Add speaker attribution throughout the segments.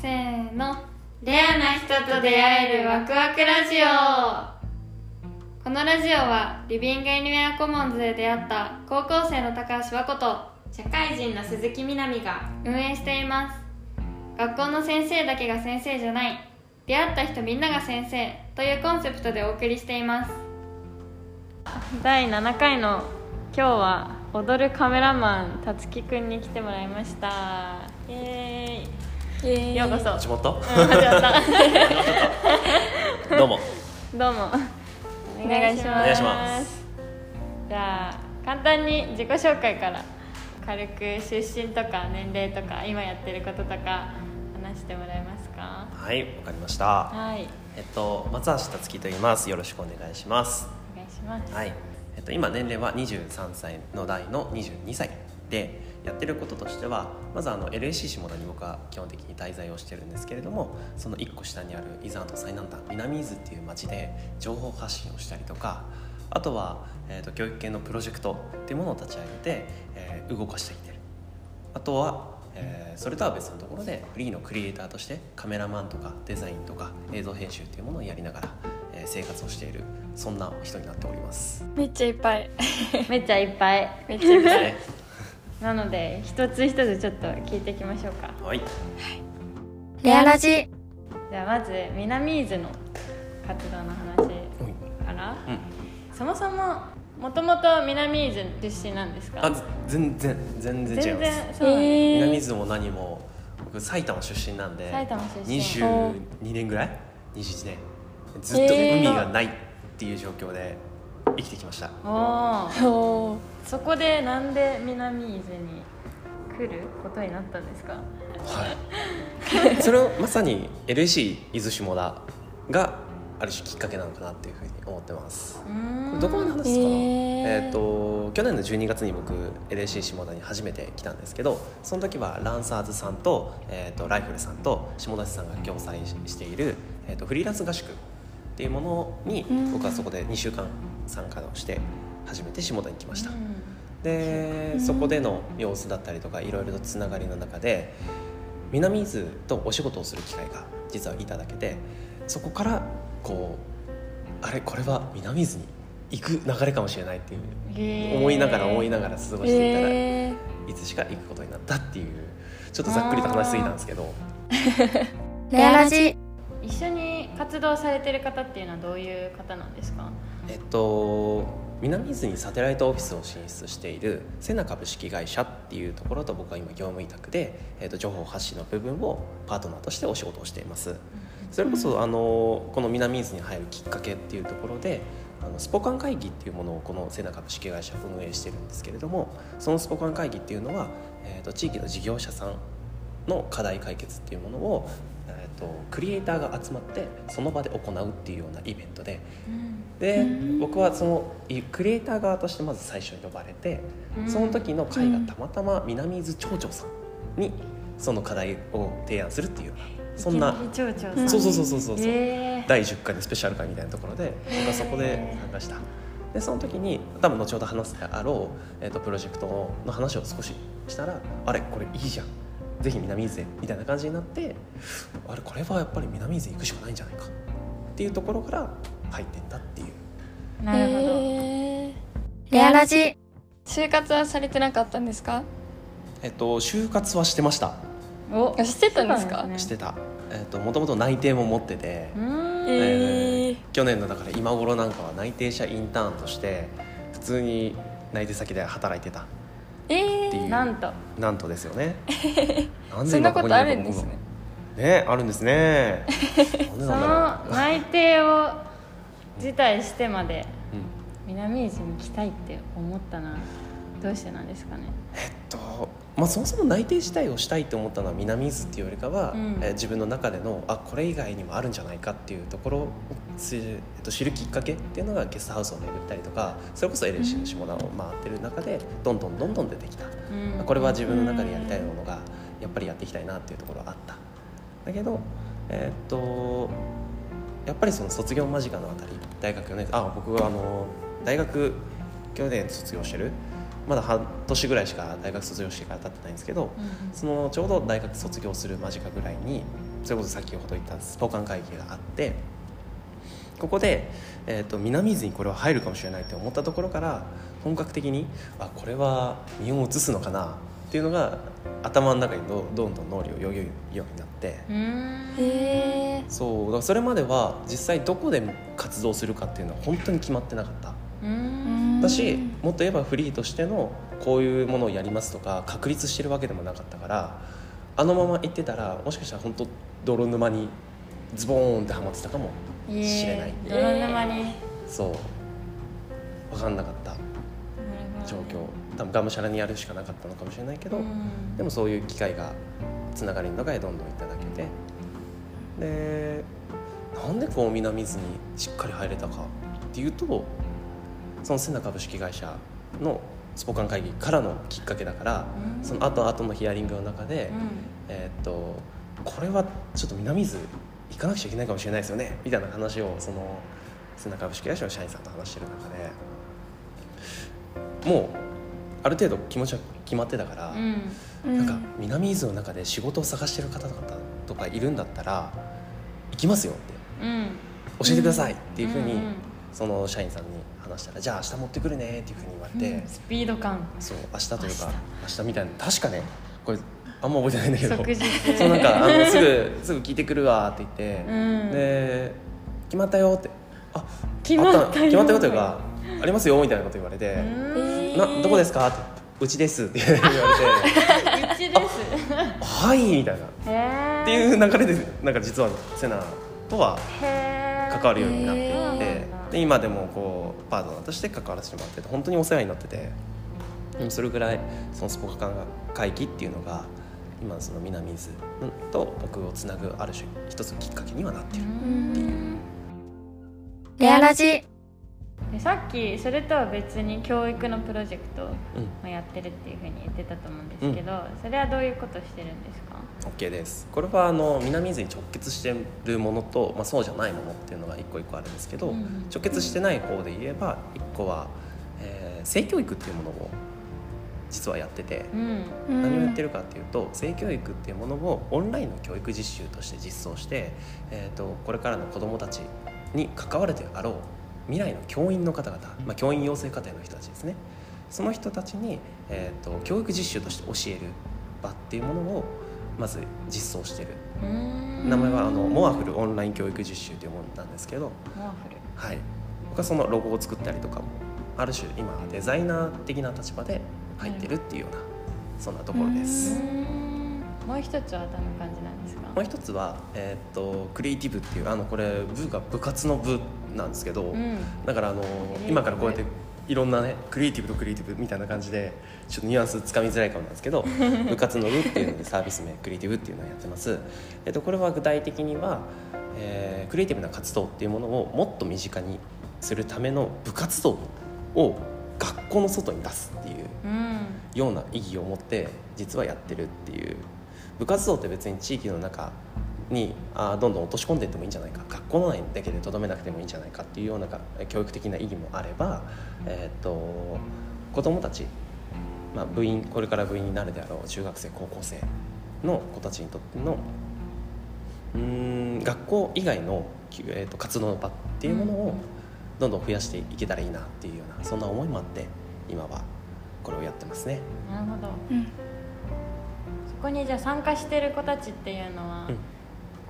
Speaker 1: せーの
Speaker 2: レアな人と出会えるワクワクラジオ
Speaker 1: このラジオはリビングエニウェアコモンズで出会った高校生の高橋和子と
Speaker 2: 社会人の鈴木みなみが
Speaker 1: 運営しています学校の先生だけが先生じゃない出会った人みんなが先生というコンセプトでお送りしています第7回の今日は踊るカメラマンたつきくんに来てもらいましたイエーイよう こそ、
Speaker 3: 始まった
Speaker 1: うん始まった
Speaker 3: どうも
Speaker 1: どうもお願いします
Speaker 3: お願いします
Speaker 1: じゃあ簡単に自己紹介から軽く出身とか年齢とか今やってることとか話してもらえますか
Speaker 3: はいわかりました
Speaker 1: はい
Speaker 3: えっと松橋たつきと言いますよろしくお願いします
Speaker 1: お願いします
Speaker 3: はいえっと今年齢は23歳の代の22歳でやってることとしてはまずあの LAC 下田に僕は基本的に滞在をしてるんですけれどもその1個下にある伊沢の最南端南伊豆っていう町で情報発信をしたりとかあとは、えっと教育系のプロジェクトっていうものを立ち上げて、えー動かしていってるあとは、えーそれとは別のところでフリーのクリエイターとしてカメラマンとかデザインとか映像編集というものをやりながら、えー生活をしているそんな人になっております。
Speaker 4: めっちゃいっぱい
Speaker 1: めっちゃいっぱい
Speaker 4: めっちゃいっぱい
Speaker 3: ね
Speaker 1: なので一つ一つちょっと聞いていきましょうか
Speaker 3: はい、
Speaker 4: レアラジ
Speaker 1: じゃあまず南伊豆の活動の話から
Speaker 3: うん、
Speaker 1: そもそももともと南伊豆出身なんですか
Speaker 3: あず全然全然違い
Speaker 1: 全
Speaker 3: ます
Speaker 1: 然そうなんです
Speaker 4: え
Speaker 3: 南
Speaker 4: ー、
Speaker 3: 伊豆も何も僕埼玉出身なんで
Speaker 1: 埼玉出身
Speaker 3: 22年ぐらい21年ずっと
Speaker 4: え
Speaker 3: 海
Speaker 4: ー
Speaker 3: がないっていう状況で生きてきました
Speaker 1: おお
Speaker 4: おー
Speaker 1: そこでなんで南伊豆に来ることになったんですか
Speaker 3: はい、それをまさに LAC 伊豆下田がある種きっかけなのかなっていうふうに思ってます。
Speaker 1: うー
Speaker 3: こ
Speaker 1: ん
Speaker 3: れどこまで話すかな、
Speaker 4: へ
Speaker 3: え
Speaker 4: ー
Speaker 3: っと去年の12月に僕 LAC 下田に初めて来たんですけどその時はランサーズさんと,、えー、とライフルさんと下田さんが共催ししている、えー、とフリーランス合宿っていうものに
Speaker 4: うん
Speaker 3: 僕はそこで2週間参加をして初めて下田に来ました
Speaker 1: う。ん
Speaker 3: でそこでの様子だったりとかいろいろとつながりの中で南伊豆とお仕事をする機会が実はいただけてそこからこうあれこれは南伊豆に行く流れかもしれないっていう
Speaker 1: へー
Speaker 3: 思いながら思いながら過ごしていたら、
Speaker 4: え
Speaker 3: いつしか行くことになったっていうちょっとざっくりと話しすぎたんですけど
Speaker 4: ー、レアラジ
Speaker 1: 一緒に活動されてる方っていうのはどういう方なんですか
Speaker 3: えっと南伊豆にサテライトオフィスを進出しているセナ株式会社っていうところと僕は今業務委託で、えっと、情報発信の部分をパートナーとしてお仕事をしていますそれこそあのこの南伊豆に入るきっかけっていうところであのスポカン会議っていうものをこのセナ株式会社は運営してるんですけれどもそのスポカン会議っていうのは、えっと、地域の事業者さんの課題解決っていうものを、えっと、クリエイターが集まってその場で行うっていうようなイベントでで僕はそのいクリエイター側としてまず最初に呼ばれて
Speaker 1: うん
Speaker 3: その時の会がたまたま南伊豆町長さんにその課題を提案するっていうようなそんな
Speaker 1: 池上町長さ
Speaker 4: うんん
Speaker 3: そうそうそうそうそうそう
Speaker 1: へー
Speaker 3: 第10回のスペシャル会みたいなところで僕はそこで参加したでその時に多分後ほど話すであろう、えー、とプロジェクトの話を少ししたらあれこれいいじゃんぜひ南伊豆みたいな感じになってあれこれはやっぱり南伊豆行くしかないんじゃないかっていうところから入っていったっていう
Speaker 1: なるほど、
Speaker 4: えー、レアラジ就活はされてなかったんですか
Speaker 3: えっと、就活はしてました、
Speaker 1: お
Speaker 4: 知ってたんですか
Speaker 1: そうなん
Speaker 3: し
Speaker 1: ね
Speaker 3: てたえっともともと内定も持ってて、
Speaker 1: うーん
Speaker 4: えー
Speaker 3: 去年のだから今頃なんかは内定者インターンとして普通に内定先で働いてた
Speaker 4: え
Speaker 3: って
Speaker 4: ー、
Speaker 3: いう
Speaker 1: なんと
Speaker 3: なんとですよねな
Speaker 4: そんなこと
Speaker 3: 今
Speaker 4: あ
Speaker 3: こ
Speaker 4: る
Speaker 3: に
Speaker 4: ん
Speaker 3: い
Speaker 4: で
Speaker 3: のか
Speaker 4: すね
Speaker 3: 僕もねあるんですねなんで
Speaker 1: そ
Speaker 3: なんだ
Speaker 1: の
Speaker 3: ろ
Speaker 1: 内定を辞退してまで
Speaker 3: う、うん、
Speaker 1: 南伊豆に来たいって思ったのはどうしてなんですかね
Speaker 3: えっとまあ、そもそも内定自体をしたいと思ったのは南伊豆っていうよりかは、
Speaker 1: うん
Speaker 3: えー自分の中でのあこれ以外にもあるんじゃないかっていうところを知る,、えっと、知るきっかけっていうのがゲストハウスを巡ったりとかそれこそ LC の下田を回ってる中でどんどんどんどん出てきた、
Speaker 1: うん
Speaker 3: これは自分の中でやりたいものがやっぱりやっていきたいなっていうところはあっただけどえーっとやっぱりその卒業間近のあたり大学4年あ僕はあの大学去年卒業してるまだ半年ぐらいしか大学卒業してから経ってないんですけど、
Speaker 1: うん
Speaker 3: そのちょうど大学卒業する間近ぐらいにそれこそ先ほど言った交換会議があってここで、えー、と南伊豆にこれは入るかもしれないって思ったところから本格的にあこれは身を移すのかなっていうのが頭の中にどどんどん脳裏をよぎるようになって。
Speaker 1: うーん
Speaker 4: へえ
Speaker 3: そうだからそれまでは実際どこで活動するかっていうのは本当に決まってなかった
Speaker 1: うーん
Speaker 3: だしもっと言えばフリーとしてのこういうものをやりますとか確立してるわけでもなかったからあのまま行ってたらもしかしたら本当泥沼にズボーンってはまってたかもしれない
Speaker 1: えー泥沼に、
Speaker 3: そう分かんなかった
Speaker 1: なるほど
Speaker 3: 状況多分がむしゃらにやるしかなかったのかもしれないけど、
Speaker 1: うん
Speaker 3: でもそういう機会がつながりの中でどんどんいただけてでなんでこう南伊豆にしっかり入れたかっていうとそのセナ株式会社のスポカン会議からのきっかけだから、
Speaker 1: うん
Speaker 3: その後後のヒアリングの中で、えーっとこれはちょっと南伊豆行かなくちゃいけないかもしれないですよねみたいな話をそのセナ株式会社の社員さんと話してる中でもうある程度気持ちは決まってたから。
Speaker 1: うんうん
Speaker 3: なんか南伊豆の中で仕事を探してる方々とかいるんだったら行きますよって
Speaker 1: うん
Speaker 3: 教えてくださいっていうふうに、
Speaker 1: んん
Speaker 3: その社員さんに話したらじゃあ明日持ってくるねっていうふうに言われて、
Speaker 1: スピード感
Speaker 3: そう明日というか明日みたいな確かねこれあんま覚えてないんだけど
Speaker 1: 即日
Speaker 3: そうなんかあのすぐすぐ聞いてくるわって言って、
Speaker 1: うん
Speaker 3: で決まったよってあ
Speaker 1: 決まったよ
Speaker 3: あ決まったよというかありますよみたいなこと言われて、
Speaker 1: うん
Speaker 3: などこですかってうちですって 言われて
Speaker 1: うちです
Speaker 3: はいみたいな。
Speaker 1: へえ
Speaker 3: っていう流れでなんか実はセナとは関わるようになってい
Speaker 4: へー
Speaker 3: てで今でもこうパートナーとして関わらせてもらってて本当にお世話になっててでもそれぐらいそのスポーツ館会議っていうのが今のその南伊豆と僕をつなぐある種一つのきっかけにはなってる。
Speaker 4: レアラジ
Speaker 1: でさっきそれとは別に教育のプロジェクト
Speaker 3: うん
Speaker 1: もやってるっていうふうに言ってたと思うんですけど、それはどういうことしてるんですか
Speaker 3: OK ですこれはあの南伊豆に直結してるものと、まあ、そうじゃないものっていうのが一個一個あるんですけど、
Speaker 1: うん
Speaker 3: 直結してない方で言えば一個は、えー性教育っていうものを実はやってて、
Speaker 1: うん
Speaker 3: 何をやってるかっていうと性教育っていうものをオンラインの教育実習として実装して、えー、とこれからの子どもたちに関わるであろう未来の教員の方々、まあ、教員養成課程の人たちですねその人たちに、えー、と教育実習として教える場っていうものをまず実装してる
Speaker 1: うん
Speaker 3: 名前はあのモアフルオンライン教育実習というものなんですけど、
Speaker 1: ワッフル
Speaker 3: はい、僕はそのロゴを作ったりとかもある種今デザイナー的な立場で入ってるっていうような、そんなところです。
Speaker 1: うんもう一つはどんな感じなんですか
Speaker 3: もう一つは、えーっとクリエイティブっていうあのこれ部が部活の部なんですけど、
Speaker 1: うん
Speaker 3: だからあの
Speaker 1: イティブ
Speaker 3: 今からこうやっていろんなねクリエイティブとクリエイティブみたいな感じでちょっとニュアンスつかみづらいかもなんです けど部活の部っていうのでサービス名クリエイティブっていうのをやってます、えーっとこれは具体的には、えークリエイティブな活動っていうものをもっと身近にするための部活動を学校の外に出すっていう
Speaker 1: うん
Speaker 3: ような意義を持って実はやってるっていう部活動って別に地域の中にあーどんどん落とし込んでいってもいいんじゃないか学校の内だけでとどめなくてもいいんじゃないかっていうようなが教育的な意義もあれば、えーっと子どもたち、まあ、部員これから部員になるであろう中学生高校生の子たちにとってのうーん学校以外の、えーっと活動の場っていうものをどんどん増やしていけたらいいなっていうようなそんな思いもあって今はこれをやってますね。
Speaker 1: なるほど
Speaker 4: うん
Speaker 1: そこにじゃあ参加してる子たちっていうのは
Speaker 3: うん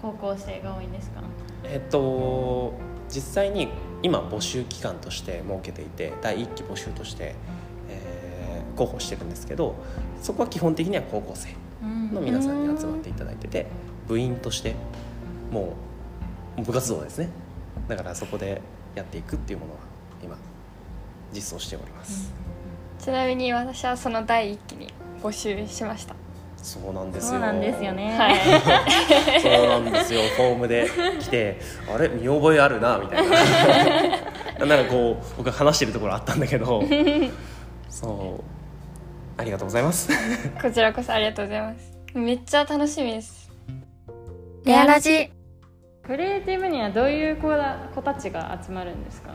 Speaker 1: 高校生が多いんですか
Speaker 3: えっと実際に今募集期間として設けていて第1期募集として、えー、候補してるんですけどそこは基本的には高校生
Speaker 1: うん
Speaker 3: の皆さんに集まっていただいてて部員としてもう部活動ですねだからそこでやっていくっていうものは今実装しております、
Speaker 4: ちなみに私はその第一期に募集しました
Speaker 3: そうなんですよ
Speaker 1: そうなんですよね、
Speaker 3: そうなんです よホームで来てあれ見覚えあるなみたい ななんかこう僕が話してるところあったんだけどそうありがとうございます
Speaker 4: こちらこそありがとうございますめっちゃ楽しみですレアラジ
Speaker 1: クリエイティブにはどういう子だ子たちが集まるんですか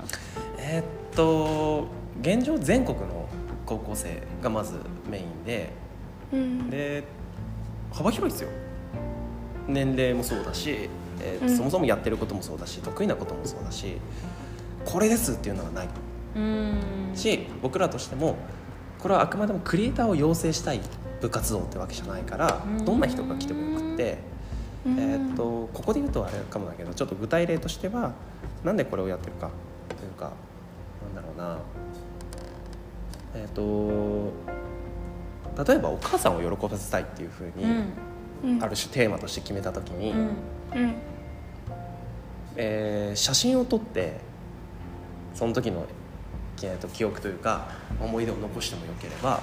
Speaker 3: えーっと現状全国の高校生がまずメインで
Speaker 4: うん
Speaker 3: で幅広いですよ年齢もそうだし、えー
Speaker 4: うん
Speaker 3: そもそもやってることもそうだし得意なこともそうだしこれですっていうのはない
Speaker 1: うん
Speaker 3: し僕らとしてもこれはあくまでもクリエイターを養成したい部活動ってわけじゃないから
Speaker 1: うん
Speaker 3: どんな人が来てもよくって、
Speaker 4: うん
Speaker 3: えーっとここで言うとあれかもだけどちょっと具体例としてはなんでこれをやってるかというかなんだろうなえーっと例えばお母さんを喜ばせたいっていうふう
Speaker 1: う
Speaker 3: に、
Speaker 1: ん
Speaker 4: うん
Speaker 3: ある種テーマとして決めた時に、
Speaker 1: うん
Speaker 4: うん
Speaker 3: えー写真を撮ってその時の、えー、と記憶というか思い出を残してもよければ、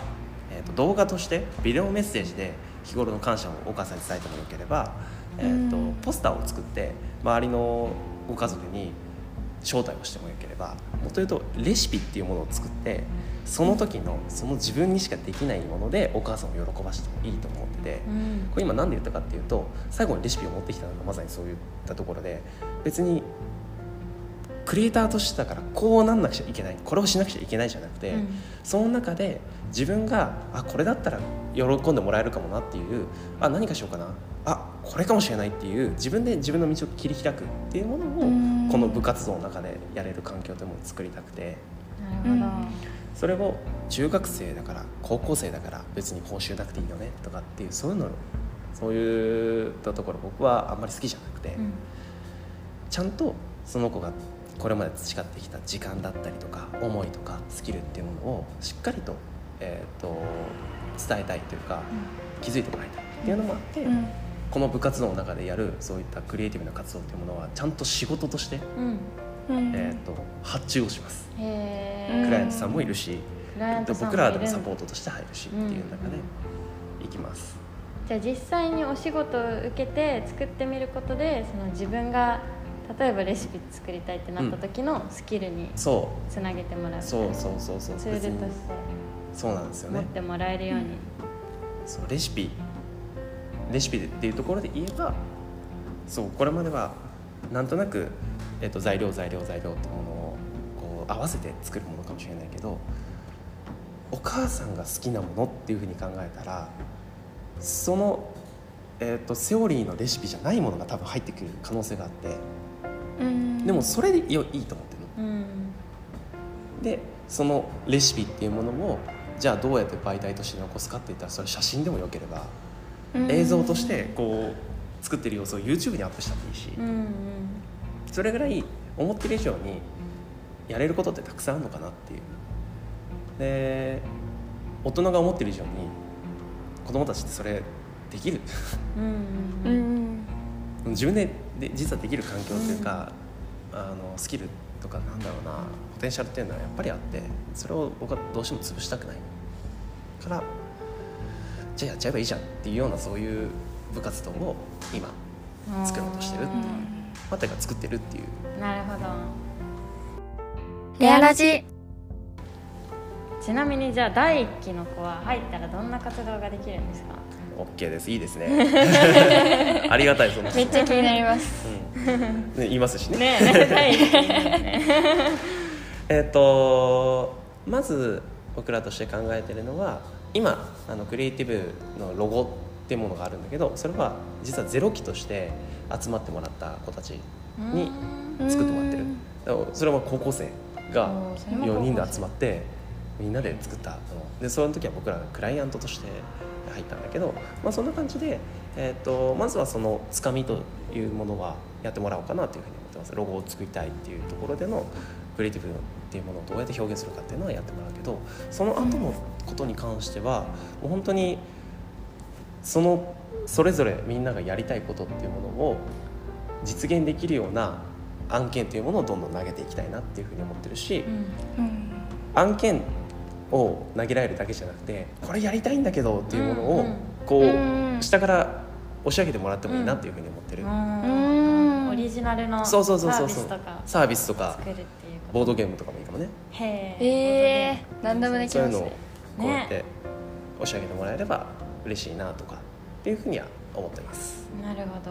Speaker 3: えー、と動画としてビデオメッセージで日頃の感謝をお母さんに伝えてもよければ、えー、と
Speaker 4: うん
Speaker 3: ポスターを作って周りのご家族に招待をしてもよければもっと言うとレシピっていうものを作ってその時のその自分にしかできないものでお母さんを喜ばしてもいいと思ってて。
Speaker 1: うん
Speaker 3: これ今何で言ったかっていうと最後にレシピを持ってきたのがまさにそういったところで別にクリエイターとしてだからこうなんなくちゃいけないこれをしなくちゃいけないじゃなくて、その中で自分があこれだったら喜んでもらえるかもなっていうあ何かしようかなあこれかもしれないっていう自分で自分の道を切り開くっていうもの
Speaker 4: うん
Speaker 3: をこの部活動の中でやれる環境というものを作りたくて。
Speaker 1: なるほど
Speaker 3: それを中学生だから高校生だから別に報酬なくていいよねとかっていうそういうのそういうところ僕はあんまり好きじゃなくて、
Speaker 1: うん
Speaker 3: ちゃんとその子がこれまで培ってきた時間だったりとか思いとかスキルっていうものをしっかりと,、えー、と伝えたいというか、気づいてもらいたいっていうのもあって、
Speaker 4: うん
Speaker 3: この部活動の中でやるそういったクリエイティブな活動っていうものはちゃんと仕事として、
Speaker 1: うん
Speaker 4: うん
Speaker 3: えー、と発注をします。
Speaker 1: へ
Speaker 4: う
Speaker 1: ー
Speaker 4: ん
Speaker 3: クライアントさんもいるし、
Speaker 1: クライアントさんもい
Speaker 3: 僕
Speaker 1: る
Speaker 3: らはでもサポートとして入るしっていう中で行きます、
Speaker 1: じゃあ実際にお仕事を受けて作ってみることでその自分が例えばレシピ作りたいってなった時のスキルに
Speaker 3: そ
Speaker 1: つなげてもらう
Speaker 3: うそうそうそうそう
Speaker 1: ツール
Speaker 3: 別
Speaker 1: として
Speaker 3: にそうなんですよ
Speaker 1: 持っ
Speaker 3: ね
Speaker 1: てもらえるように
Speaker 3: そうレシピレシピでっていうところで言えばそうこれまではなんとなく、えっと材料材料材料ってものをこう合わせて作るものかもしれないけどお母さんが好きなものっていうふうに考えたらその、えっとセオリーのレシピじゃないものが多分入ってくる可能性があって
Speaker 4: うん
Speaker 3: でもそれでよいいと思ってるの。
Speaker 1: うん
Speaker 3: でそのレシピっていうものもじゃあどうやって媒体として残すかって言ったらそれ写真でもよければ
Speaker 4: うん
Speaker 3: 映像としてこう作ってる様子を YouTube にアップしたっていいし
Speaker 1: うんうん
Speaker 3: それぐらい思ってる以上にやれることってたくさんあるのかなっていうで大人が思ってる以上に子供たちってそれできる
Speaker 1: うんうん
Speaker 4: う
Speaker 1: うん
Speaker 4: ん
Speaker 3: 自分でで実はできる環境っていうか、あのスキルとかなんだろうなポテンシャルっていうのはやっぱりあってそれを僕はどうしても潰したくないからじゃあやっちゃえばいいじゃんっていうようなそういう部活動を今作ろうとしてるっていうまたが作ってるっていう
Speaker 1: なるほど
Speaker 4: レアラジ
Speaker 1: ちなみにじゃあ第一期の子は入ったらどんな活動ができるんですか
Speaker 3: OK ですいいですねありがたいその
Speaker 4: めっちゃ気になります
Speaker 3: うんね、言いますしね
Speaker 1: ねえ第一期
Speaker 3: えっ、とまず僕らとして考えてるのは今あのクリエイティブのロゴってものがあるんだけどそれは実はゼロ期として集まってもらった子たちに作ってもらってるだからそれは高校生が
Speaker 1: おーそれも高校生
Speaker 3: 4人で集まってみんなで作ったものでその時は僕らがクライアントとして入ったんだけど、まあ、そんな感じで、えー、とまずはそのつかみというものはやってもらおうかなというふうに思ってますロゴを作りたいっていうところでのクリエイティブっていうものをどうやって表現するかっていうのはやってもらうけどその後のことに関してはもう本当にそのそれぞれみんながやりたいことっていうものを実現できるような案件というものをどんどん投げていきたいなっていうふうに思ってるし、
Speaker 4: うん
Speaker 3: 案件を投げられるだけじゃなくてこれやりたいんだけどっていうもの
Speaker 1: う
Speaker 3: を
Speaker 1: んうん
Speaker 3: こ
Speaker 4: うん
Speaker 3: う下から押し上げてもらってもいいなっていうふうに思ってる、
Speaker 4: う
Speaker 1: うん
Speaker 4: ん
Speaker 1: オリジナルのサ
Speaker 3: そうそうそうそ
Speaker 1: ー
Speaker 3: う
Speaker 1: ビ
Speaker 3: そ
Speaker 1: ス
Speaker 3: う
Speaker 1: とか
Speaker 3: サービスとか
Speaker 1: 作るっていうこと
Speaker 3: ボードゲームとかもいいかもね
Speaker 1: へ
Speaker 4: ええー、何でもでき
Speaker 3: そうい
Speaker 4: ま
Speaker 3: うの
Speaker 4: す
Speaker 3: を
Speaker 4: ね
Speaker 3: こうやって押し上げてもらえれば嬉しいなとかっていうふうには思ってます。
Speaker 1: なるほど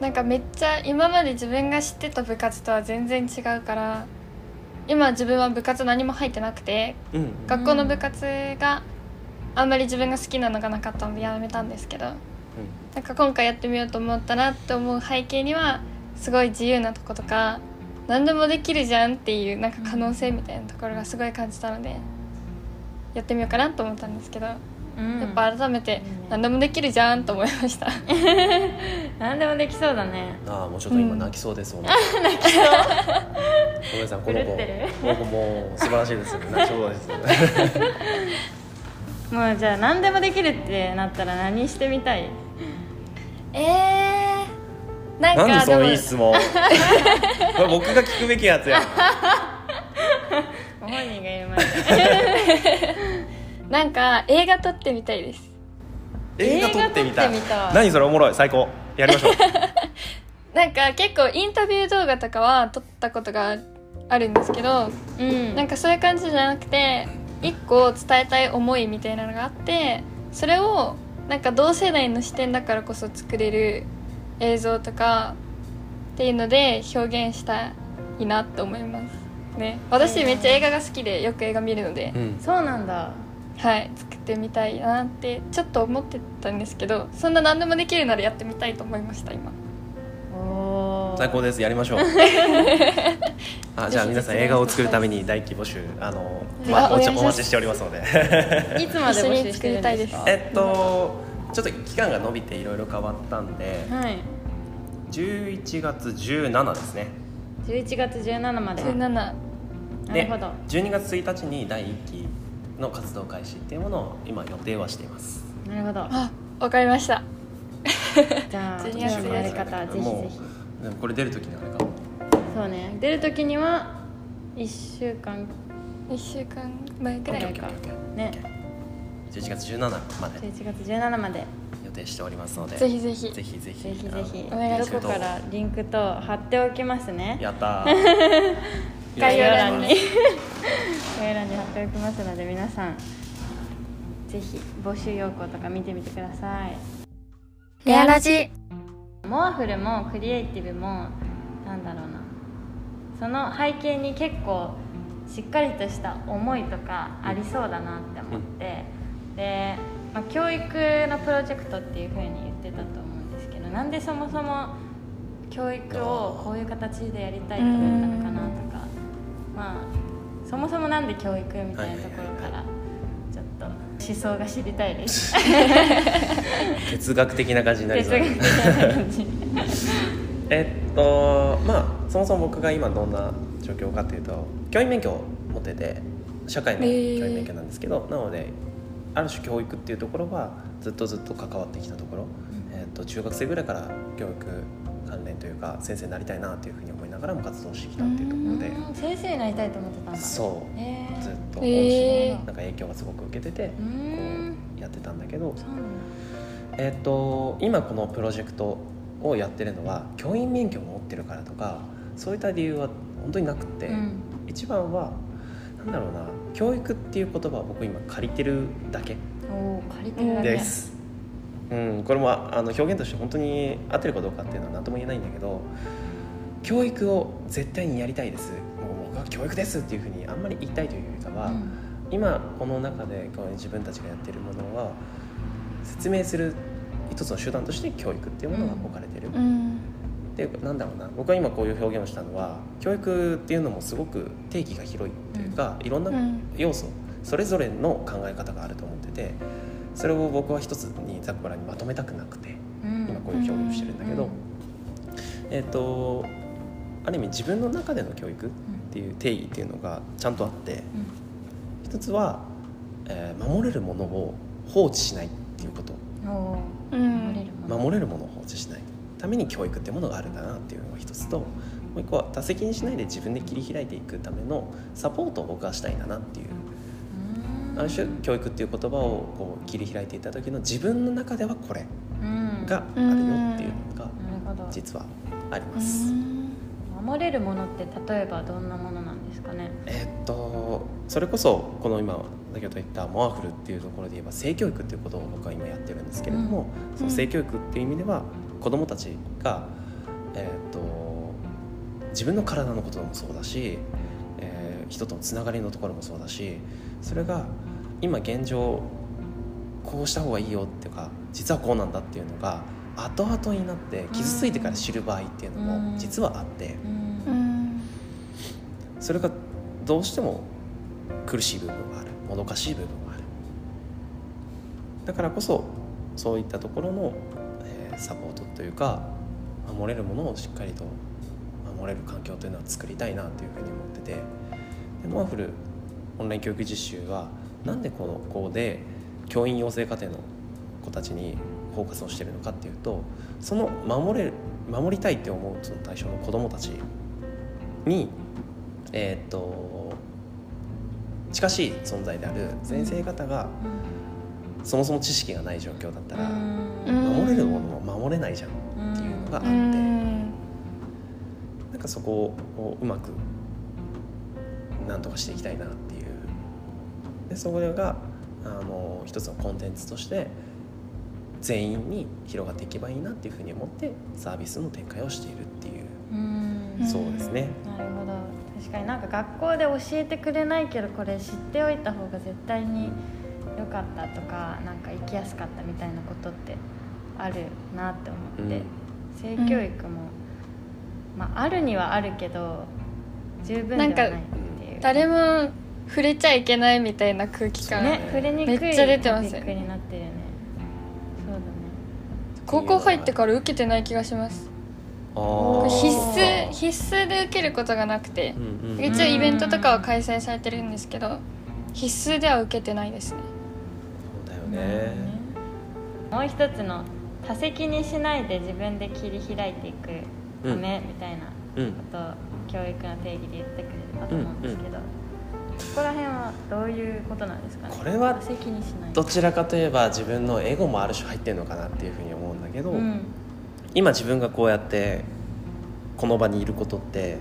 Speaker 4: なんかめっちゃ今まで自分が知ってた部活とは全然違うから今自分は部活何も入ってなくて
Speaker 3: うんうん
Speaker 4: 学校の部活があんまり自分が好きなのがなかったのでやめたんですけどなんか今回やってみようと思ったなって思う背景にはすごい自由なとことか何でもできるじゃんっていうなんか可能性みたいなところがすごい感じたのでやってみようかなと思ったんですけど、
Speaker 1: うん
Speaker 4: やっぱ改めて何でもできるじゃんと思いました
Speaker 1: 何でもできそうだね
Speaker 3: ああもうちょっと今泣きそうです、泣きそうごめんなさいこの
Speaker 1: 狂ってる
Speaker 3: 子この子もう素晴らしいですよね泣きそうですよね
Speaker 1: もうじゃあ何でもできるってなったら何してみたい
Speaker 4: ええー、なん
Speaker 3: なんで
Speaker 4: か
Speaker 3: そのいい
Speaker 4: で
Speaker 3: 質問これ僕が聞くべきやつやん
Speaker 1: ご本人が言う前に
Speaker 4: もなんか映画撮ってみたいです
Speaker 3: 映画撮ってみた
Speaker 1: 映
Speaker 3: い
Speaker 1: 画撮ってみたい
Speaker 3: 何それおもろい最高やりましょう
Speaker 4: なんか結構インタビュー動画とかは撮ったことがあるんですけど
Speaker 1: うん
Speaker 4: なんかそういう感じじゃなくて一個伝えたい思いみたいなのがあってそれをなんか同世代の視点だからこそ作れる映像とかっていうので表現したいなと思いますね私めっちゃ映画が好きでよく映画見るので
Speaker 3: う、ん
Speaker 1: そうなんだ
Speaker 4: はい作ってみたいなってちょっと思ってたんですけどそんな何でもできるならやってみたいと思いました今
Speaker 1: おー
Speaker 3: 最高ですやりましょ うあじゃあ皆さん映画を作るために大規模集あの、まあ、
Speaker 4: あ
Speaker 3: お
Speaker 4: お願
Speaker 3: ち
Speaker 4: いし
Speaker 3: お
Speaker 4: ます
Speaker 3: 待ちしておりますので
Speaker 1: いつまで募集してるんですか
Speaker 4: 一緒に作りたい
Speaker 3: えっとちょっと期間が延びていろいろ変わったんで
Speaker 1: はい
Speaker 3: 11月17ですね
Speaker 1: 11月17まで
Speaker 4: 17
Speaker 1: な
Speaker 3: で
Speaker 1: るほど
Speaker 3: 12月1日に第1期の活動開始っていうものを今予定はしています
Speaker 1: なるほど
Speaker 4: あわかりました
Speaker 1: じゃあ
Speaker 4: 12
Speaker 1: や
Speaker 4: 月
Speaker 1: るやり方ぜひ
Speaker 3: も
Speaker 1: ぜ
Speaker 3: う
Speaker 1: ひ
Speaker 3: でもこれ出る時にあれか
Speaker 1: そうね出る時には1週間
Speaker 4: 1週間前くらい
Speaker 1: オッケー
Speaker 4: か
Speaker 1: ね
Speaker 3: 11月17まで
Speaker 1: 11月17まで
Speaker 3: 予定しておりますので
Speaker 4: ぜひぜひ
Speaker 3: ぜひぜひ
Speaker 1: ぜひぜひ
Speaker 3: あの
Speaker 4: お願いします
Speaker 1: どこからリンクと貼っておきますね
Speaker 3: やったー
Speaker 4: 概要欄に
Speaker 1: 概要欄に貼っておきますので皆さんぜひ募集要項とか見てみてください
Speaker 4: レアラジ
Speaker 1: モアフルもクリエイティブもなんだろうなその背景に結構しっかりとした思いとかありそうだなって思って、で、まあ、教育のプロジェクトっていうふうに言ってたと思うんですけどなんでそもそも教育をこういう形でやりたいと思ったのかなとかまあそもそもなんで教育みたいなところからちょっと思想が知りたいです。
Speaker 3: 哲学的な感じになり
Speaker 1: 哲
Speaker 3: そう
Speaker 1: 学的な感じ
Speaker 3: えっとまあそもそも僕が今どんな状況かっていうと教員免許を持ってて社会の教員免許なんですけど、なのである種教育っていうところはずっとずっと関わってきたところ、えっと中学生ぐらいから教育関連というか先生になりたいなというふうに思いながらも活動してきたっていうところで
Speaker 1: うん先生になりたいと思ってたんだ
Speaker 3: そう
Speaker 1: えー、
Speaker 3: ずっと
Speaker 4: えー
Speaker 3: なんか影響がすごく受けてて
Speaker 1: うーん
Speaker 3: こうやってたんだけど、
Speaker 1: そうなんだ
Speaker 3: えっと今このプロジェクトをやってるのは教員免許を持ってるからとかそういった理由は本当になくて、
Speaker 1: うん
Speaker 3: 一番はなんだろうな教育っていう言葉を僕今借りてるだけ
Speaker 1: おお借りてるだけ
Speaker 3: です。うん、これもああの表現として本当に合ってるかどうかっていうのは何とも言えないんだけど教育を絶対にやりたいですもう僕は教育ですっていうふうにあんまり言いたいというよりかは、
Speaker 1: うん
Speaker 3: 今この中でこう自分たちがやってるものは説明する一つの手段として教育っていうものが置かれてる、
Speaker 4: うん
Speaker 3: でなんだろうな僕は今こういう表現をしたのは教育っていうのもすごく定義が広いっていうか、いろん
Speaker 4: う
Speaker 3: なん要素それぞれの考え方があると思っててそれを僕は一つにざっくばらんにまとめたくなくて
Speaker 1: うん
Speaker 3: 今こういう表現をしてるんだけど、
Speaker 1: うん
Speaker 3: えっ、とある意味自分の中での教育っていう定義っていうのがちゃんとあって。一つは、えー守れるものを放置しないっていうこと
Speaker 1: うんおお
Speaker 4: うん
Speaker 1: 守れるもん
Speaker 3: 守れるものを放置しないために教育ってものがあるんだなっていうのが一つともう一個は多責にしないで自分で切り開いていくためのサポートを僕はしたいんだなっていうある種教育っていう言葉をこう切り開いていった時の自分の中ではこれ
Speaker 1: うん
Speaker 3: があるよっていうのが
Speaker 1: なるほど
Speaker 3: 実はあり
Speaker 4: う
Speaker 3: ます。
Speaker 4: ん
Speaker 1: 守れるものって例えばどんなものなんですかね
Speaker 3: えっとそれこそこの今先ほど言ったモアフルっていうところで言えば性教育っていうことを僕は今やってるんですけれども、その性教育っていう意味では子どもたちが、えっと自分の体のこともそうだし、えー人とのつながりのところもそうだしそれが今現状こうした方がいいよっていうか実はこうなんだっていうのが後々になって傷ついてから知る場合っていうの
Speaker 1: う
Speaker 3: も
Speaker 1: ん
Speaker 3: 実はあって
Speaker 1: うん
Speaker 4: ん
Speaker 3: それがどうしても苦しい部分があるもどかしい部分があるだからこそそういったところの、えーサポートというか守れるものをしっかりと守れる環境というのは作りたいなというふうに思っててでノアフルオンライン教育実習はなんでこの子で教員養成課程の子たちにフォーカスをしてるのかっていうとその守れる守りたいって思うその対象の子どもたちにえーっと近しい存在である先生方がそもそも知識がない状況だったら
Speaker 4: うん
Speaker 3: 守れるものも守れないじゃんっていうのがあってなんかそこをうまくなんとかしていきたいなっていうでそれがあの一つのコンテンツとして全員に広がっていけばいいなっていうふうに思ってサービスの展開をしているっていう、
Speaker 1: うん
Speaker 4: ん
Speaker 3: そうですね
Speaker 1: なるほど確かになんか学校で教えてくれないけどこれ知っておいた方が絶対に良かったとかなんか生きやすかったみたいなことってあるなって思って、
Speaker 3: うん
Speaker 1: 性教育も、まあ、あるにはあるけど十分ではないっていう
Speaker 4: 誰も触れちゃいけないみたいな空気感、
Speaker 1: ね触れにくい
Speaker 4: めっちゃ出てます
Speaker 1: ト
Speaker 4: よね
Speaker 1: ピックになってるねそうだね
Speaker 4: 高校入ってから受けてない気がします
Speaker 3: あー
Speaker 4: これ必須必須で受けることがなくて
Speaker 3: う、んうん
Speaker 4: 一応イベントとかは開催されてるんですけど必須では受けてないですね
Speaker 3: そうだよ
Speaker 1: なるほど
Speaker 3: ね
Speaker 1: ねもう一つの多席にしないで自分で切り開いていくためみたいな
Speaker 3: うん
Speaker 1: ことを教育の定義で言ってくれたと思うんですけど、そこら辺はどういうことなんですかね
Speaker 3: これは
Speaker 1: 多席にしない
Speaker 3: どちらかといえば自分のエゴもある種入ってるのかなっていうふうに思うんだけど、
Speaker 1: うん
Speaker 3: 今自分がこうやってこの場にいることって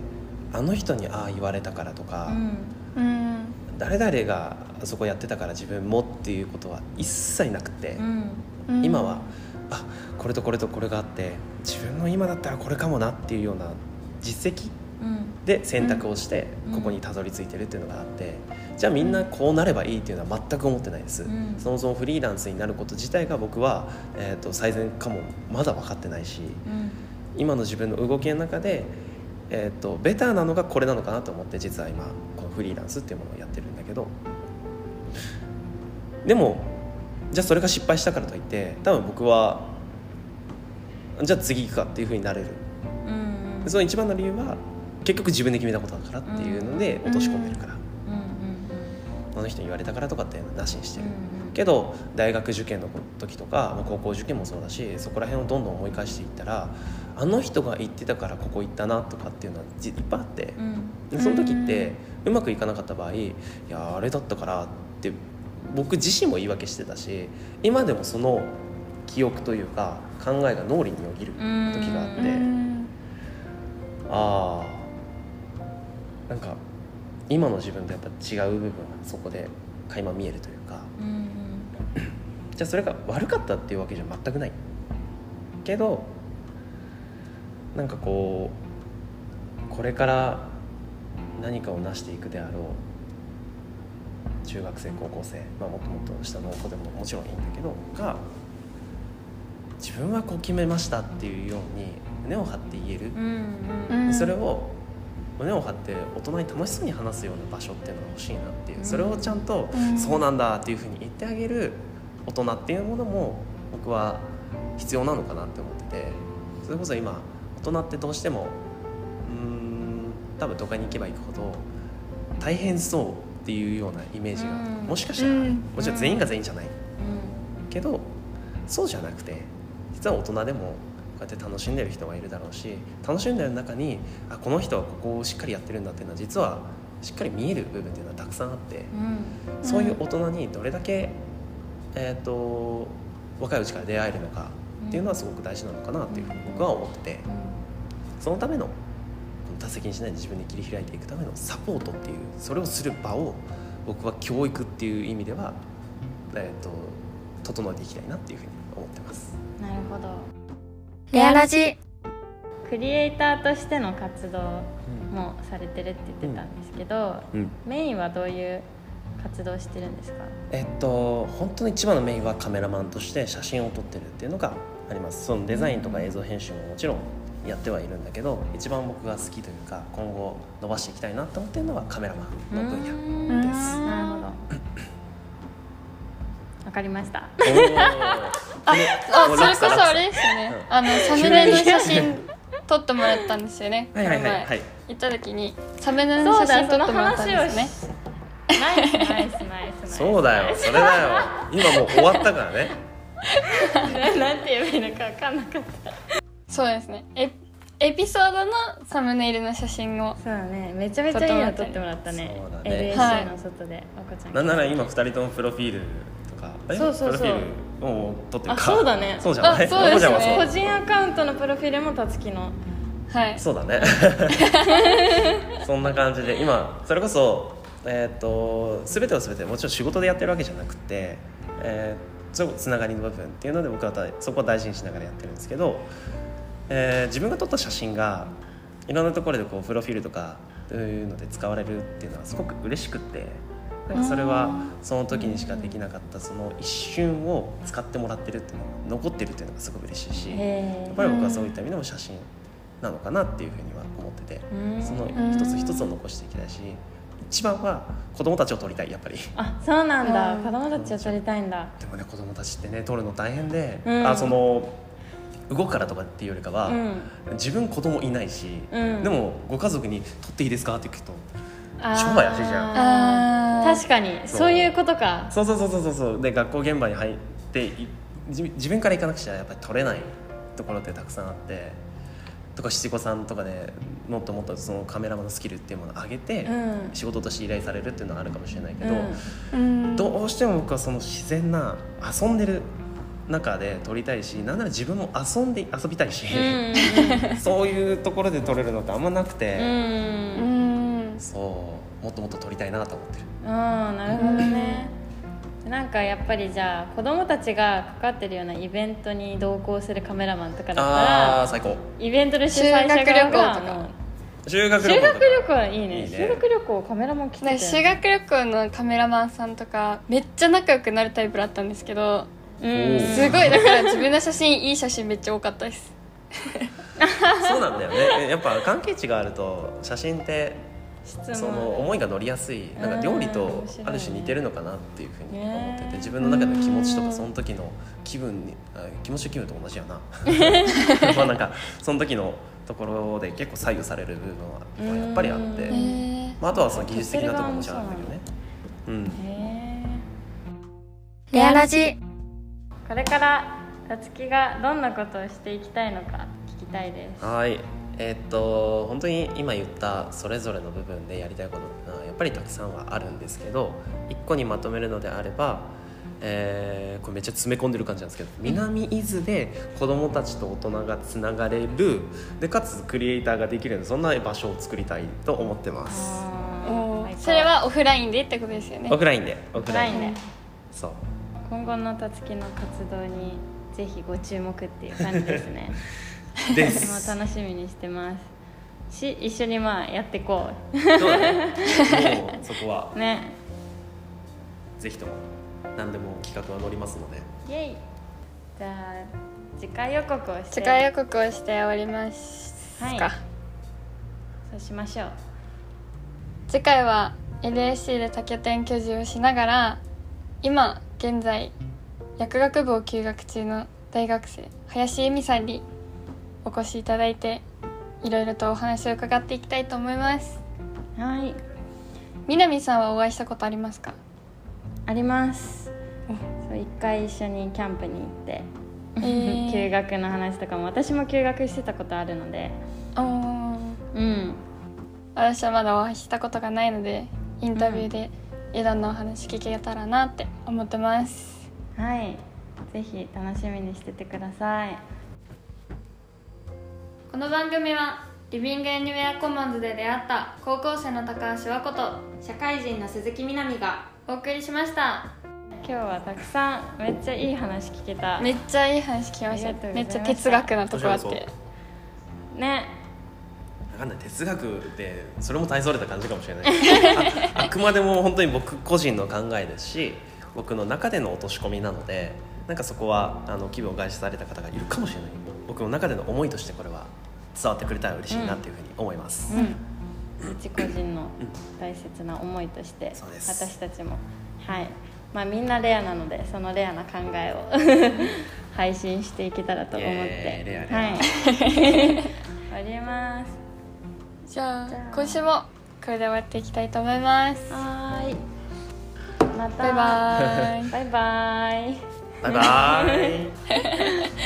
Speaker 3: あの人にああ言われたからとか、
Speaker 1: うん
Speaker 4: うん
Speaker 3: 誰々があそこやってたから自分もっていうことは一切なくて、
Speaker 1: うん
Speaker 4: うん
Speaker 3: 今はあこれとこれとこれがあって自分の今だったらこれかもなっていうような実績
Speaker 1: うん
Speaker 3: で選択をして
Speaker 1: うん
Speaker 3: ここにたどり着いてるっていうのがあって、じゃあみんなこうなればいいっていうのは全く思ってないです、
Speaker 1: うん
Speaker 3: そもそもフリーランスになること自体が僕は、えー、と最善かもまだ分かってないし
Speaker 1: うん
Speaker 3: 今の自分の動きの中で、えー、とベターなのがこれなのかなと思って実は今このフリーランスっていうものをやってるんだけどでもじゃあそれが失敗したからといって多分僕はじゃあ次行くかっていうふうになれる
Speaker 1: うん
Speaker 3: その一番の理由は結局自分で決めたことだからっていうので落とし込んでるから、
Speaker 1: うんうん
Speaker 3: あの人に言われたからとかっていうのはなしにして
Speaker 1: う
Speaker 3: る、
Speaker 1: ん
Speaker 3: けど大学受験の時とかまあ高校受験もそうだしそこら辺をどんどん思い返していったらあの人が言ってたからここ行ったなとかっていうのはじいっぱいあって
Speaker 1: う、ん
Speaker 3: でその時ってうまくいかなかった場合いやあれだったからって僕自身も言い訳してたし今でもその記憶というか考えが脳裏によぎる時があって。
Speaker 4: うん
Speaker 3: ああなんか今の自分とやっぱ違う部分がそこで垣間見えるというか
Speaker 1: うん
Speaker 3: じゃあそれが悪かったっていうわけじゃ全くないけどなんかこうこれから何かを成していくであろう中学生高校生、まあ、もっともっと下の子でももちろんいいんだけどが自分はこう決めましたっていうように胸を張って言える
Speaker 1: うんうん
Speaker 4: うん
Speaker 3: でそれを胸を張って大人に楽しそうに話すような場所っていうのが欲しいなっていううんそれをちゃんと「
Speaker 4: うん
Speaker 3: そうなんだ」っていうふうに言ってあげる大人っていうものも僕は必要なのかなって思っててそれこそ今大人ってどうしてもうーん多分都会に行けば行くほど大変そうっていうようなイメージが
Speaker 1: うん
Speaker 3: もしかしたら
Speaker 4: うん
Speaker 3: もちろん全員が全員じゃないけどそうじゃなくて実は大人でもこうやって楽しんでる人がいるだろうし楽しんでる中にあこの人はここをしっかりやってるんだっていうのは実はしっかり見える部分っていうのはたくさんあって
Speaker 1: うん
Speaker 3: そういう大人にどれだけ、えー、と若いうちから出会えるのかっていうのはすごく大事なのかなっていうふうに僕は思っててそのためのこの多責にしないで自分で切り開いていくためのサポートっていうそれをする場を僕は教育っていう意味では、えー、と整えていきたいなっていうふうに思ってます。
Speaker 1: なるほど
Speaker 4: レアラジ
Speaker 1: クリエイターとしての活動もされてるって言ってたんですけど、
Speaker 3: うん
Speaker 1: メインはどういう活動してるんですか
Speaker 3: えっと本当の一番のメインはカメラマンとして写真を撮ってるっていうのがありますそのデザインとか映像編集ももちろんやってはいるんだけど一番僕が好きというか今後伸ばしていきたいなと思ってるのはカメラマンの分野
Speaker 1: 分
Speaker 4: 野
Speaker 1: です
Speaker 4: うん
Speaker 1: な るほどわかりました
Speaker 3: おー
Speaker 4: あ
Speaker 3: もう
Speaker 4: それ
Speaker 3: 落
Speaker 4: こ
Speaker 3: 差
Speaker 4: そ
Speaker 3: 落差
Speaker 4: あれですね
Speaker 3: う
Speaker 4: あのサムネの写真撮ってもらったんですよね
Speaker 3: はいはいはい
Speaker 4: この
Speaker 3: は
Speaker 4: 前
Speaker 3: い
Speaker 4: 行った時にサムネの
Speaker 1: そう
Speaker 4: 写
Speaker 1: だ
Speaker 4: 真撮
Speaker 1: その
Speaker 4: ってもらったん
Speaker 1: 話を
Speaker 4: です
Speaker 1: し
Speaker 4: ね
Speaker 1: ナイスナイスナイスナイス
Speaker 3: そうだよそれだよ今もう終わったからね
Speaker 1: なんて言えばいいのかわかんなかった
Speaker 4: そうですねエエピソードのサムネイルの写真を
Speaker 1: そうだねめちゃめちゃいいの撮ってもらったね
Speaker 3: そうだね
Speaker 1: LSC の外で赤ちゃん
Speaker 3: なんなら今二人ともプロフィールとかえ
Speaker 1: そうそうそう
Speaker 3: プロフィールを撮ってるか
Speaker 1: あそうだね
Speaker 3: そうじゃない
Speaker 4: あそうですね
Speaker 3: じゃん
Speaker 1: 個
Speaker 3: そう
Speaker 1: 人アカウントのプロフィールもたつきの
Speaker 4: はい
Speaker 3: そうだ ねそんな感じで今それこそえっ、と全てを全てもちろん仕事でやってるわけじゃなくて、えー、それこそつながりの部分っていうので僕はたそこは大事にしながらやってるんですけど、えー自分が撮った写真がいろんなところでこうプロフィールとかそういうので使われるっていうのはすごく嬉しくてなんかそれはその時にしかできなかったその一瞬を使ってもらってるっていうのが残ってるっていうのがすごく嬉しいし。
Speaker 1: へ
Speaker 3: やっぱり僕はそういった意味でも写真なのかなっていうふうには思ってて、
Speaker 1: ー
Speaker 3: その一つ一つを残していきたいし一番は子供たちを撮りたいやっぱり
Speaker 1: あそうなんだ
Speaker 4: うん
Speaker 1: 子供たちを撮りたいんだ
Speaker 3: でもね子供たちってね撮るの大変で、
Speaker 1: うん
Speaker 3: あその動くからとかっていうよりかは、
Speaker 1: うん
Speaker 3: 自分子供いないし、
Speaker 1: うん
Speaker 3: でもご家族に「撮っていいですか?」って聞くと
Speaker 1: あー
Speaker 3: 商売安いじゃん
Speaker 4: あー
Speaker 1: 確かに
Speaker 3: そう
Speaker 1: そういうことか
Speaker 3: そうそうそうそうそうそうで学校現場に入ってい自自分から行かなくちゃやっぱり取れないところってたくさんあってとか七五三とかでもっともっとそのカメラマンのスキルっていうものを上げて、
Speaker 1: うん
Speaker 3: 仕事として依頼されるっていうのはあるかもしれないけど、
Speaker 1: うん
Speaker 4: うん
Speaker 3: どうしても僕はその自然な遊んでる中で撮りたいしなんなら自分も遊んで遊びたいし、 そういうところで撮れるのってあんまなく
Speaker 1: うんう
Speaker 3: て、
Speaker 1: ん
Speaker 4: う
Speaker 1: うん
Speaker 4: ん
Speaker 3: そうもっともっと撮りたいなと思ってる。
Speaker 1: うんなるほどねなんかやっぱりじゃあ子供たちがかかってるようなイベントに同行するカメラマンとかだ
Speaker 3: ああ
Speaker 1: か
Speaker 3: ー最高
Speaker 1: らイベントの主催者側
Speaker 4: 修学旅行とか
Speaker 1: がもう
Speaker 3: 修学
Speaker 1: 修
Speaker 3: 旅行とか
Speaker 1: 学旅行はいい
Speaker 3: い
Speaker 1: ね
Speaker 3: いね
Speaker 1: 修学旅行カメラマン来てた
Speaker 4: な
Speaker 1: よ
Speaker 4: ん
Speaker 1: ね
Speaker 4: か修学旅行のカメラマンさんとかめっちゃ仲良くなるタイプだったんですけど
Speaker 1: うん
Speaker 4: すごいだから自分の写真いい写真めっちゃ多かったです
Speaker 3: そうなんだよねやっぱ関係値があると写真って
Speaker 1: 質問
Speaker 3: その思いが乗りやすいなんか料理
Speaker 1: うん
Speaker 3: と
Speaker 1: 面白いね
Speaker 3: ある種似てるのかなっていうふうに思って
Speaker 1: ね
Speaker 3: て自分の中の気持ちとかその時の気分にあ気持ちと気分と同じや な まあなんかその時のところで結構左右される部分はやっぱりあっ
Speaker 1: う
Speaker 3: て
Speaker 1: ん
Speaker 4: へ、え
Speaker 3: まあ、あとはその技術的なところももちろんあるんだけどね。うん
Speaker 1: へー
Speaker 4: レアラジ
Speaker 1: これからたつきがどんなことをしていきたいのか聞きたいです
Speaker 3: はいえーっと本当に今言ったそれぞれの部分でやりたいことってのはやっぱりたくさんはあるんですけど一個にまとめるのであれば、えーこれめっちゃ詰め込んでる感じなんですけど南伊豆で子どもたちと大人がつながれるでかつクリエイターができるようなそんな場所を作りたいと思ってます
Speaker 1: おー
Speaker 4: それはオフラインでってことですよね
Speaker 3: オフラインでオ
Speaker 1: オフ
Speaker 3: フラ
Speaker 1: ラ
Speaker 3: イ
Speaker 1: イ
Speaker 3: ン
Speaker 1: ン
Speaker 3: で
Speaker 1: で
Speaker 3: そう
Speaker 1: 今後のたつきの活動にぜひご注目っていう感じですね
Speaker 3: で
Speaker 1: 私
Speaker 3: す
Speaker 1: も楽しみにしてますし一緒にまあやっていこ
Speaker 3: そうだねもうそこは
Speaker 1: うね
Speaker 3: ぜひとも何でも企画は乗りますの で
Speaker 1: イエイじゃあ次回予告をして
Speaker 4: 世界予告をして終わりますか、
Speaker 1: はいそうしましょう
Speaker 4: 次回は LSC で多拠点居住をしながら今現在薬学部を休学中の大学生林恵美さんにお越しいただいていろいろとお話を伺っていきたいと思います
Speaker 1: はい
Speaker 4: 南さんはお会いしたことありますか
Speaker 1: ありますそう一回一緒にキャンプに行って、
Speaker 4: え ー
Speaker 1: 休学の話とかも私も休学してたことあるので
Speaker 4: おー
Speaker 1: うん
Speaker 4: 私はまだお会いしたことがないのでインタビューでいろんなお話聞けたらなって思ってます
Speaker 1: はいぜひ楽しみにしててください
Speaker 2: この番組はリビングエニウェアコモンズで出会った高校生の高橋和子と社会人の鈴木みなみがお送りしました
Speaker 1: 今日はたくさんめっちゃいい話聞けた
Speaker 4: め
Speaker 1: ね
Speaker 4: っちゃいい話聞きまし
Speaker 1: ありがとうござ
Speaker 4: た
Speaker 1: いました
Speaker 4: めっちゃ哲学なとこあっ
Speaker 3: こちら
Speaker 4: て
Speaker 3: こ
Speaker 1: あ
Speaker 3: わかんない哲学でそれも大それた感じかもしれないけどああくまでも本当に僕個人の考えですし僕の中での落とし込みなのでなんかそこはあの気分を害された方がいるかもしれない僕の中での思いとしてこれは伝わってくれたら嬉しいなっていうふうに思います、
Speaker 1: うん、一個人の大切な思いとして
Speaker 3: そうです
Speaker 1: 私たちもはいまあみんなレアなのでそのレアな考えを 配信していけたらと思っ
Speaker 3: イエ
Speaker 1: て
Speaker 3: ーイレアレア
Speaker 1: はい 終わります
Speaker 4: じゃあ今週もこれで終わっていきたいと思います
Speaker 1: はーいまた
Speaker 4: バイバーイ
Speaker 1: バイバイ
Speaker 3: バイバーイ